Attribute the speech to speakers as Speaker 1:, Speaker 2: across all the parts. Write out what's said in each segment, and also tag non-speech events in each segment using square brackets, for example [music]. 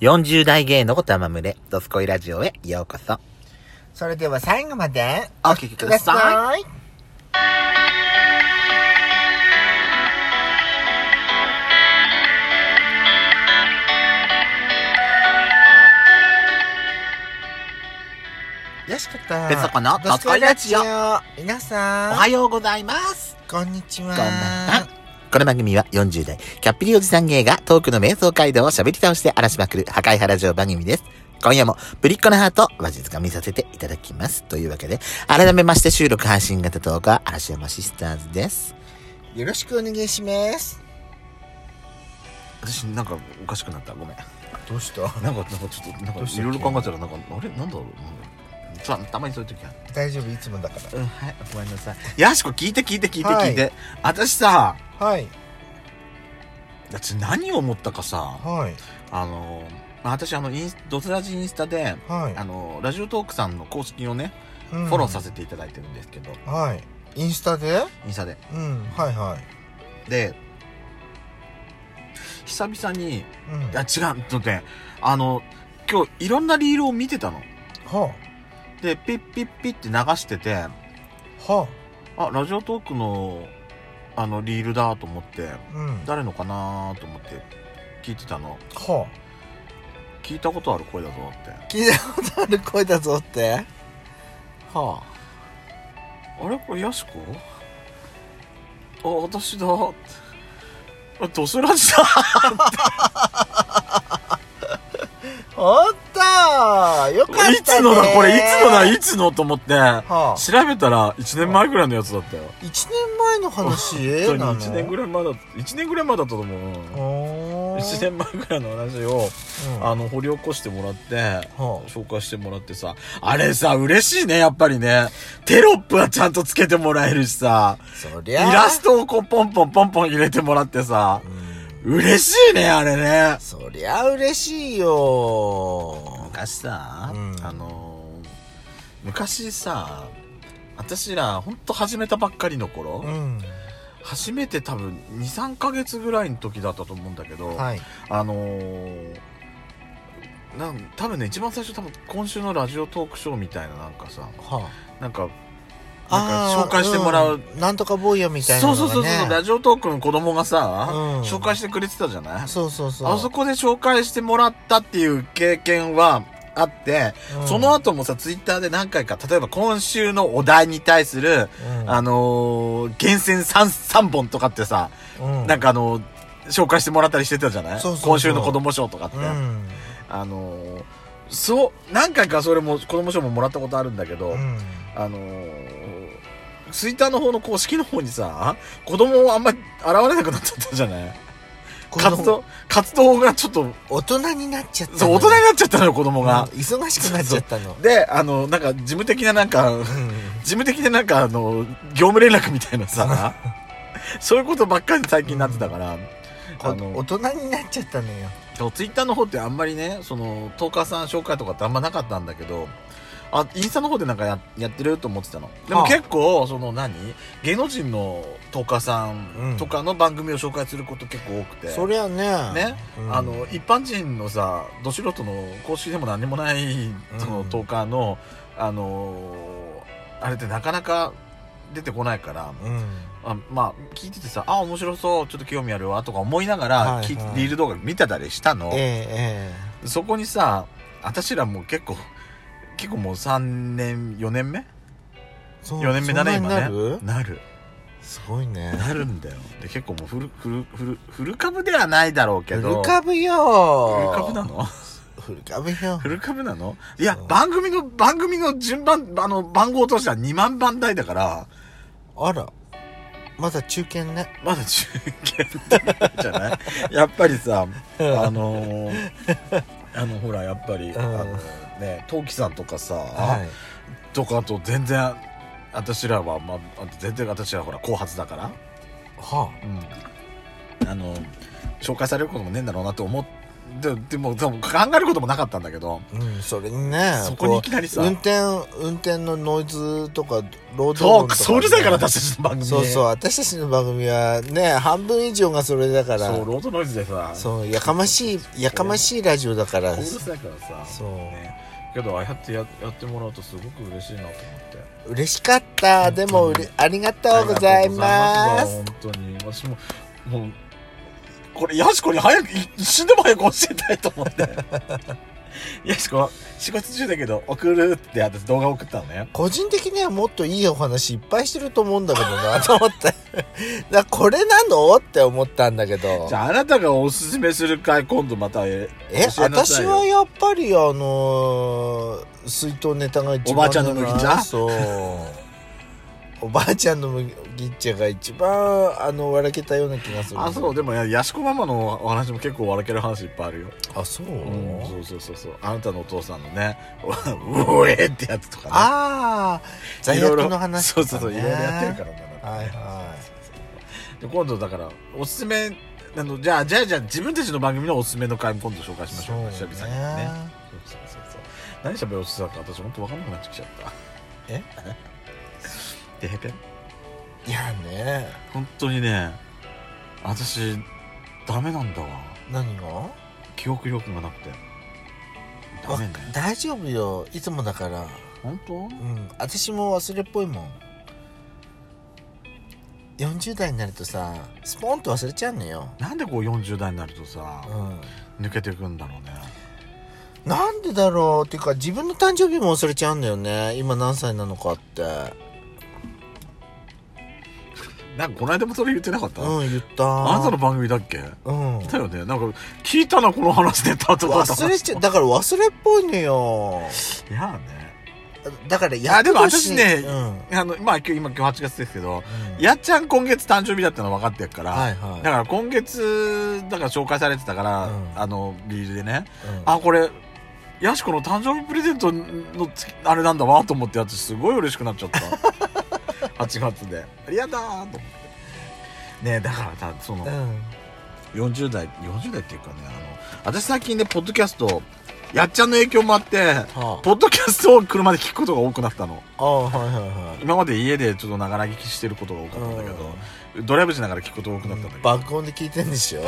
Speaker 1: 40代芸のことまむれ、ドスコイラジオへようこそ。
Speaker 2: それでは最後まで
Speaker 1: お聞きくださ
Speaker 2: い。よしこと。
Speaker 1: ペソコの
Speaker 2: ドスコイ
Speaker 1: ドスコイ
Speaker 2: オ。皆さん。
Speaker 1: おはようございます。
Speaker 2: こんにちは。
Speaker 1: こんばんは。この番組は40代、キャッピリおじさん芸がトークの瞑想街道を喋り倒して荒らしまくる破壊原城番組です。今夜もぶりっ子のハートをわしづかみさせていただきます。というわけで、改めまして収録配信型動画、嵐山シスターズです。
Speaker 2: よろしくお願いします。
Speaker 1: 私なんかおかしくなった。ごめん。
Speaker 2: どうした
Speaker 1: なんか、なんかちょっと、なん
Speaker 2: どうしたっけいろいろ考えた
Speaker 1: ら、なんか、あれなんだろうたたまにそういう時ある。
Speaker 2: 大丈夫、いつもだか
Speaker 1: うん、はい、ごめんなさい。やしこ聞いて聞いて聞いて
Speaker 2: はい
Speaker 1: 聞いて。私さ、
Speaker 2: ら。はい。
Speaker 1: 私何を思ったかさ、
Speaker 2: はい。
Speaker 1: あの、まあ、私あのインス、ドスラジインスタで、
Speaker 2: はい。
Speaker 1: あの、ラジオトークさんの公式をね、
Speaker 2: うん
Speaker 1: フォローさせていただいてるんですけど、
Speaker 2: はい。インスタで
Speaker 1: インスタで。
Speaker 2: うん。はいはい。
Speaker 1: で、久々に、
Speaker 2: うん。
Speaker 1: あ、違う、ちょっとね、あの、今日いろんなリールを見てたの。
Speaker 2: は
Speaker 1: で、ピッピッピッって流してて、
Speaker 2: あ。は
Speaker 1: あ、ラジオトークの、あの、リールだと思って、
Speaker 2: あ。うん。
Speaker 1: 誰のかなと思って聞いてたの。
Speaker 2: は
Speaker 1: 聞いたことある声だぞって。
Speaker 2: あ。聞いたことある声だぞって。
Speaker 1: はああれこれヤシコあ私だあドスラジだ
Speaker 2: [laughs] ほんとよかった、ね。
Speaker 1: いつのだこれいつのだいつのと思って
Speaker 2: はあ。
Speaker 1: 調べたら1年前ぐらいのやつだったよ
Speaker 2: 一年前の話
Speaker 1: 本
Speaker 2: なの
Speaker 1: 当に1年ぐらい前だ1年ぐらい前だったと思う
Speaker 2: おー
Speaker 1: 1年前ぐらいの話を
Speaker 2: うん
Speaker 1: あの掘り起こしてもらって
Speaker 2: はあ
Speaker 1: 紹介してもらってさあれさ嬉しいねやっぱりねテロップはちゃんとつけてもらえるしさ
Speaker 2: そ
Speaker 1: イ
Speaker 2: りゃ
Speaker 1: ラストをこうポンポンポンポン入れてもらってさ
Speaker 2: うん
Speaker 1: 嬉しいねあれね
Speaker 2: そりゃ嬉しいよ
Speaker 1: 昔さ、
Speaker 2: うん
Speaker 1: あのー昔さ私らほんと始めたばっかりの頃、
Speaker 2: うん
Speaker 1: 初めて多分23ヶ月ぐらいの時だったと思うんだけど、
Speaker 2: はい
Speaker 1: あのーなん多分ね一番最初多分今週のラジオトークショーみたいななんかさ
Speaker 2: は
Speaker 1: なんか
Speaker 2: あ
Speaker 1: なん
Speaker 2: あー
Speaker 1: か紹介してもらう、
Speaker 2: んなんとか坊やみたいな
Speaker 1: そう
Speaker 2: のが、
Speaker 1: そう
Speaker 2: ね、
Speaker 1: そうそうラジオトークの子供がさ、
Speaker 2: うん
Speaker 1: 紹介してくれてたじゃない
Speaker 2: そうそうそう
Speaker 1: あそこで紹介してもらったっていう経験はあって、
Speaker 2: うん
Speaker 1: その後もさ、ツイッターで何回か、例えば今週のお題に対する、
Speaker 2: うん
Speaker 1: あのー厳選 3, 3本とかってさ、
Speaker 2: うん
Speaker 1: なんかあのー紹介してもらったりしてたじゃない
Speaker 2: そうそうそう
Speaker 1: 今週の子供賞とかって。
Speaker 2: うん
Speaker 1: あのーそう、何回かそれも子供賞ももらったことあるんだけど、
Speaker 2: うん
Speaker 1: あのーツイッターの方の公式の方にさ、子供あんまり現れなくなっちゃったじゃない
Speaker 2: この
Speaker 1: 活動、活動がちょっと
Speaker 2: 大人になっちゃった
Speaker 1: そう、大人になっちゃったのよ、子供が。
Speaker 2: うん忙しくなっちゃったの
Speaker 1: で、あの、なんか、事務的ななんか、事
Speaker 2: うん
Speaker 1: 務的ななんか、あの、業務連絡みたいなさ、そういうことばっかり最近になってたから、あ
Speaker 2: こ大
Speaker 1: の、
Speaker 2: 人になっちゃったのよ
Speaker 1: ツイッターの方ってあんまりね、その、トーカーさん紹介とかってあんまなかったんだけど、あ、インスタの方でなんかややってると思ってたの。でも
Speaker 2: はあ
Speaker 1: 結構、その何芸能人のトーカーさんとかの番組を紹介すること結構多くて。
Speaker 2: そりゃね
Speaker 1: ね、
Speaker 2: うん
Speaker 1: あの一般人のさど素人の公式でも何もないその
Speaker 2: うん
Speaker 1: トーカーの、あのーあれってなかなか出てこないから、
Speaker 2: うん
Speaker 1: あまあ聞いててさあ面白そうちょっと興味あるわとか思いながら、
Speaker 2: はいはい
Speaker 1: きリール動画見てたりしたの、
Speaker 2: えええ
Speaker 1: そこにさ私らもう結構結構もう3年4年目
Speaker 2: えそ
Speaker 1: 4年目だね
Speaker 2: そん
Speaker 1: 今
Speaker 2: なに
Speaker 1: ね
Speaker 2: なる
Speaker 1: なる
Speaker 2: すごいね
Speaker 1: なるんだよで結構もうフルフルフルフル株ではないだろうけ
Speaker 2: フ
Speaker 1: ど
Speaker 2: ル株
Speaker 1: フ
Speaker 2: よ
Speaker 1: ル株なの
Speaker 2: [laughs] フル株よ
Speaker 1: フル株なのいや
Speaker 2: そ、う
Speaker 1: 番組の、番組の順番、あの、番号としては2万番台だから、
Speaker 2: あらまだ中堅ね
Speaker 1: まだ中堅じゃ
Speaker 2: [laughs]
Speaker 1: ないやっぱりさ、あのーあの、ほら、やっぱり、
Speaker 2: うん
Speaker 1: あのね、トウキさんとかさ、
Speaker 2: はい
Speaker 1: とかと全然、私らは、まあ、あと全然私らほら、後発だから、
Speaker 2: は
Speaker 1: うんあの、紹介されることもねえんだろうなと思っででもでも考えることもなかったんだけど
Speaker 2: うん、それにね
Speaker 1: そこにいきなりさ
Speaker 2: こう運転運転のノイズとかロード音と
Speaker 1: そう
Speaker 2: ね
Speaker 1: クソうるさいから私たちの番組
Speaker 2: そうそう
Speaker 1: う
Speaker 2: 私たちの番組はね半分以上がそれだから
Speaker 1: そうロードノイズでさ
Speaker 2: そうやかましいやかましいラジオだか
Speaker 1: う
Speaker 2: ら
Speaker 1: るさいからさ
Speaker 2: そう
Speaker 1: ねけどああやってややってもらうとすごく嬉しいなと思って
Speaker 2: 嬉しかったでもうれありがとうござい
Speaker 1: あ
Speaker 2: ま
Speaker 1: り
Speaker 2: す
Speaker 1: がとうございます本当に私ももうこれヤシコに早くい一瞬でも早く教えたいと思って
Speaker 2: [laughs]
Speaker 1: ヤシコ仕事中だけど送るって私動画送ったのね
Speaker 2: 個人的にはもっといいお話いっぱいしてると思うんだけど
Speaker 1: [laughs]
Speaker 2: なと思ってだからこれなのって思ったんだけど
Speaker 1: じゃああなたがおすすめする回今度またえ
Speaker 2: え
Speaker 1: 教えなさ
Speaker 2: 私
Speaker 1: いよ
Speaker 2: はやっぱりあのー水筒ネタが一番
Speaker 1: おばあちゃんの
Speaker 2: だな
Speaker 1: 麦茶 [laughs]
Speaker 2: そうおばあちゃんの麦茶が一番あの笑けたような気がする
Speaker 1: あそうでもやヤシコママのお話も結構笑ける話いっぱいあるよ、
Speaker 2: あそう、
Speaker 1: うん、そうそうそうそうあなたのお父さんのね [laughs] 「おうえ!」ってやつとかね
Speaker 2: ああ罪悪の話
Speaker 1: いろいろそう
Speaker 2: とかね
Speaker 1: そうそういろいろやってるからね
Speaker 2: はいはい
Speaker 1: で今度だからおすすめあのじゃあじゃあじゃあ自分たちの番組のおすすめの回も今度紹介しましょうか
Speaker 2: そう
Speaker 1: 久
Speaker 2: ね
Speaker 1: 々にねそうそうそうそう何しゃべろうとしてたか私本当分かんなくなってきちゃった
Speaker 2: え
Speaker 1: でへぺ
Speaker 2: いやね
Speaker 1: 本当にね私ダメなんだわ
Speaker 2: 何が
Speaker 1: 記憶力がなくてダ
Speaker 2: わ
Speaker 1: メね
Speaker 2: 大丈夫よいつもだから
Speaker 1: 本当
Speaker 2: うん私も忘れっぽいもん40代になるとさスポンと忘れちゃうのよ
Speaker 1: なんでこう40代になるとさ、
Speaker 2: うん
Speaker 1: 抜けていくんだろうね
Speaker 2: なんでだろうっていうか自分の誕生日も忘れちゃうんだよね今何歳なのかって
Speaker 1: なんかこの間もそれ言ってなかった、
Speaker 2: うん言った
Speaker 1: あなたの番組だっけ
Speaker 2: うん
Speaker 1: だよねなんか聞いたなこの話でたとか
Speaker 2: 忘れちゃうだから忘れっぽいのよ
Speaker 1: いやね
Speaker 2: だからや
Speaker 1: やでも私ね
Speaker 2: うんうん
Speaker 1: あのまあ今日今今日8月ですけど、やっちゃん今月誕生日だってのは分かってるから、
Speaker 2: はいはい
Speaker 1: だから今月だから紹介されてたから、
Speaker 2: うん
Speaker 1: あのリールでね、
Speaker 2: うん
Speaker 1: あこれやしこの誕生日プレゼントのつあれなんだわと思って私すごい嬉しくなっちゃった [laughs] 8月でやだーと思ってねえだからさその、
Speaker 2: うん
Speaker 1: 40代40代っていうかねあの私最近ねポッドキャストやっちゃんの影響もあって
Speaker 2: は
Speaker 1: ポッドキャストを車で聞くことが多くなったの
Speaker 2: ああはいはいはい
Speaker 1: 今まで家でちょっとながら聞きしてることが多かったんだけど、ドライブしながら聞くことが多くなったんだけど、
Speaker 2: 爆音で聞いてんでしょ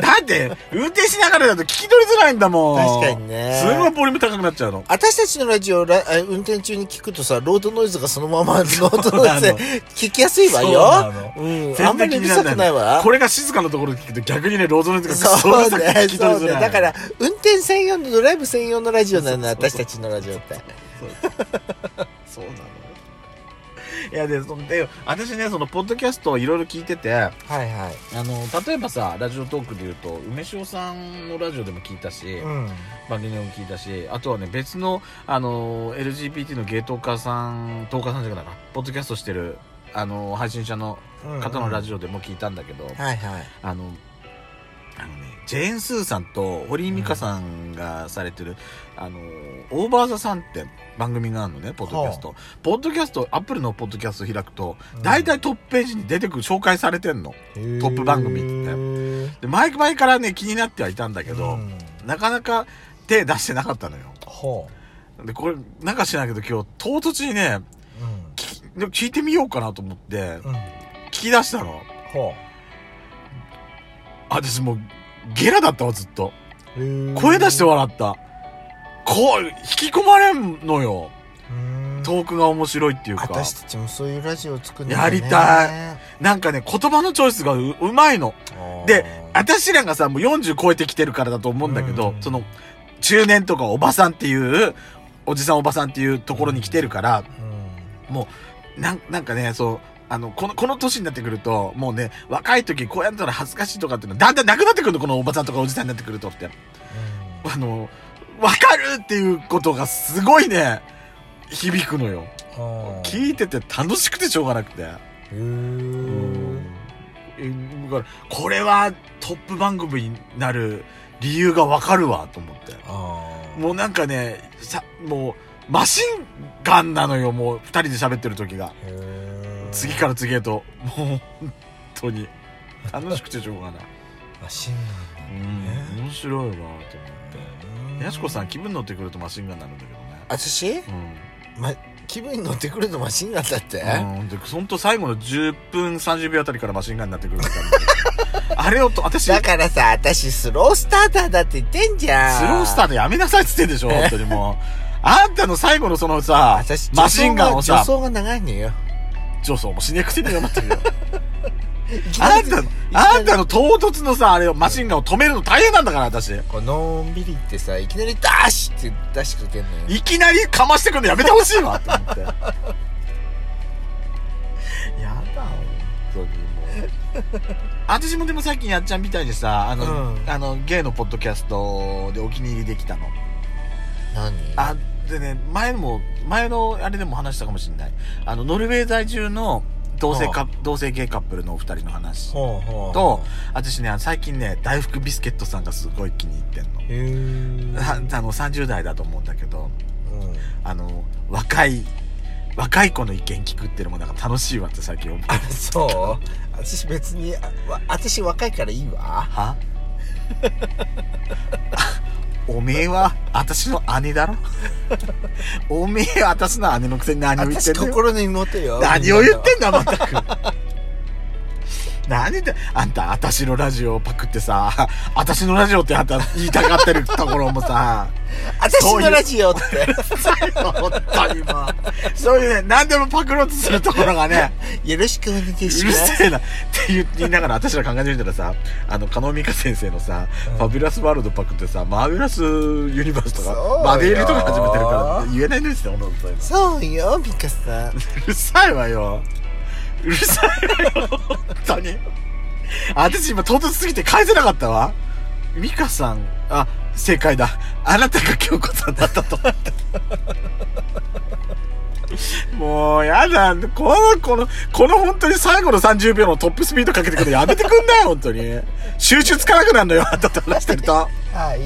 Speaker 1: だって運転しながらだと聞き取りづらいんだもん
Speaker 2: 確かにね
Speaker 1: すごいボリューム高くなっちゃうの
Speaker 2: 私たちのラジオラえ運転中に聞くとさロードノイズがそのままロードノイズ
Speaker 1: [laughs] そうな
Speaker 2: で
Speaker 1: の
Speaker 2: 聞きやすいわ
Speaker 1: そう
Speaker 2: よ
Speaker 1: なの
Speaker 2: うん、あん
Speaker 1: 全
Speaker 2: ま
Speaker 1: 然気
Speaker 2: りうる
Speaker 1: になら
Speaker 2: さ
Speaker 1: ない
Speaker 2: くないわ
Speaker 1: これが静かなところで聞くと逆にねロードノイズが
Speaker 2: そう
Speaker 1: く聞
Speaker 2: ね、
Speaker 1: き
Speaker 2: そ
Speaker 1: 取
Speaker 2: う
Speaker 1: りづ
Speaker 2: ね。
Speaker 1: らい
Speaker 2: だから、運転専用のドライブ専用のラジオなの、私たちのラジオって。
Speaker 1: そうなのよいやでそので私ねそのポッドキャストをいろいろ聞いててあ
Speaker 2: はいはい。
Speaker 1: の例えばさラジオトークで言うと梅塩さんのラジオでも聞いたし、
Speaker 2: うん。
Speaker 1: 番組でも聞いたしあとはね別のあの LGBT のゲートーカーさんトーカーさんじゃないかなポッドキャストしてるあの配信者の方のラジオでも聞いたんだけど、
Speaker 2: オはいはい。
Speaker 1: あのあのねジェーン・スーさんと堀井美香さんがされてる、あのオーバー・ザ・さんって番組があるのねポッドキャスト、ポッドキャストアップルのポッドキャスト開くと
Speaker 2: うん
Speaker 1: 大体、トップページに出てくる紹介されてんの
Speaker 2: ト
Speaker 1: トップ番組って
Speaker 2: て。
Speaker 1: で前々からね気になってはいたんだけ
Speaker 2: う
Speaker 1: ど、
Speaker 2: ん
Speaker 1: なかなか手出してなかったのよ
Speaker 2: ほ
Speaker 1: でこれなんか知らないけど今日唐突にね
Speaker 2: う。うん。
Speaker 1: 聞きでも聞いてみようかなと思って
Speaker 2: うん。
Speaker 1: 聞き出したの
Speaker 2: ほ
Speaker 1: あ私もうゲラだったわずっと
Speaker 2: うへー。
Speaker 1: 声出して笑ったこう引き込まれんのよ
Speaker 2: うん
Speaker 1: トークが面白いっていうか
Speaker 2: 私たちもそういうラジオを作る
Speaker 1: やりたなんかね言葉のチョイスがううまいので私らがさもう40超えてきてるからだと思うんだけど
Speaker 2: うん
Speaker 1: その中年とかおばさんっていうおじさんおばさんっていうところに来てるから
Speaker 2: うん
Speaker 1: なんなんかねそうあのこのこの年になってくるともうね若い時こうやったら恥ずかしいとかっていうのはだんだんなくなってくるのこのおばさんとかおじさんになってくるとってあのわかるっていうことがすごいね響くのよ
Speaker 2: うん
Speaker 1: 聞いてて楽しくてしょうがなくて。
Speaker 2: へー
Speaker 1: えだからこれはトップ番組になる理由がわかるわと思って
Speaker 2: あー
Speaker 1: もうなんかねさもうマシンガンなのよもう二人で喋ってる時が
Speaker 2: へー
Speaker 1: 次から次へともう本当に楽しくてしょうがない
Speaker 2: マシンガン
Speaker 1: うん面白いわと思ってやしこさん気分乗ってくるとマシンガンになるんだけど
Speaker 2: 私、
Speaker 1: ね
Speaker 2: ま、気分に乗ってくるとマシンガンだって、
Speaker 1: うん、うん、でほんと最後の10分30秒あたりからマシンガンになってくる [laughs] からあれをと私スロ
Speaker 2: だからさ私スロースターターだって言ってんじゃん
Speaker 1: ースターでやめなさいっつってんでしょ本当にもうあんたの最後のそのさ
Speaker 2: 私
Speaker 1: マシンガンをさ
Speaker 2: 助走が長いのよ
Speaker 1: 女装もしねくてねよま [laughs] ったけどあ
Speaker 2: あ
Speaker 1: んたのあんたの唐突のさあれをマシンガンを止めるの大変なんだから私
Speaker 2: こうのんびりってさいきなりダッシュって出してくれてんのよ
Speaker 1: いきなりかましてくるのやめてほしいわと思ってやだ本当にもう私もでもさっきやっちゃんみたいにさあの、
Speaker 2: うん
Speaker 1: あのゲイのポッドキャストでお気に入りできたの
Speaker 2: 何
Speaker 1: あでね前も前のあれでも話したかもしれないあのノルウェー在住の同性カップ同性ゲイカップルのお二人の話
Speaker 2: ほうほう
Speaker 1: と私ねあの最近ね大福ビスケットさんがすごい気に入ってん
Speaker 2: へ
Speaker 1: の
Speaker 2: ー
Speaker 1: ああの30代だと思うんだけど
Speaker 2: うん
Speaker 1: あの若い若い子の意見聞くってのもなんか楽しいわって最近思う
Speaker 2: あそう私別にあわ私若いからいいわ
Speaker 1: は [laughs] おめえは私の姉だろおめえは私の姉のくせに何を言って
Speaker 2: 私
Speaker 1: んだよ
Speaker 2: 心に乗ってよ
Speaker 1: 何を言って
Speaker 2: ん
Speaker 1: んだまったく何言ってあんた私のラジオをパクってさ私のラジオってあんた言いたがってるところも [laughs] さ
Speaker 2: 私のラジオって
Speaker 1: 本当にもうそういうね何でもパクろうとするところがね
Speaker 2: よろしくお願いうし
Speaker 1: る
Speaker 2: ます
Speaker 1: せえなって言いながら私ら考えてみたらさあの加納美香先生のさ、ファビュラスワールドパクってさマーベラスユニバースと
Speaker 2: そうよ
Speaker 1: かマデールとか始めてるから言えないんですよ本当にう
Speaker 2: そうよミカさん
Speaker 1: るさいわようるさいわよ本当に私今唐突すぎて返せなかったわ美香さんあ正解だあなたが京子さんだったと思ったもうやだこのこのこの本当に最後の30秒のトップスピードかけてくるのやめてくんなよ本当に収集つかなくなるのよあんたと話してると
Speaker 2: はい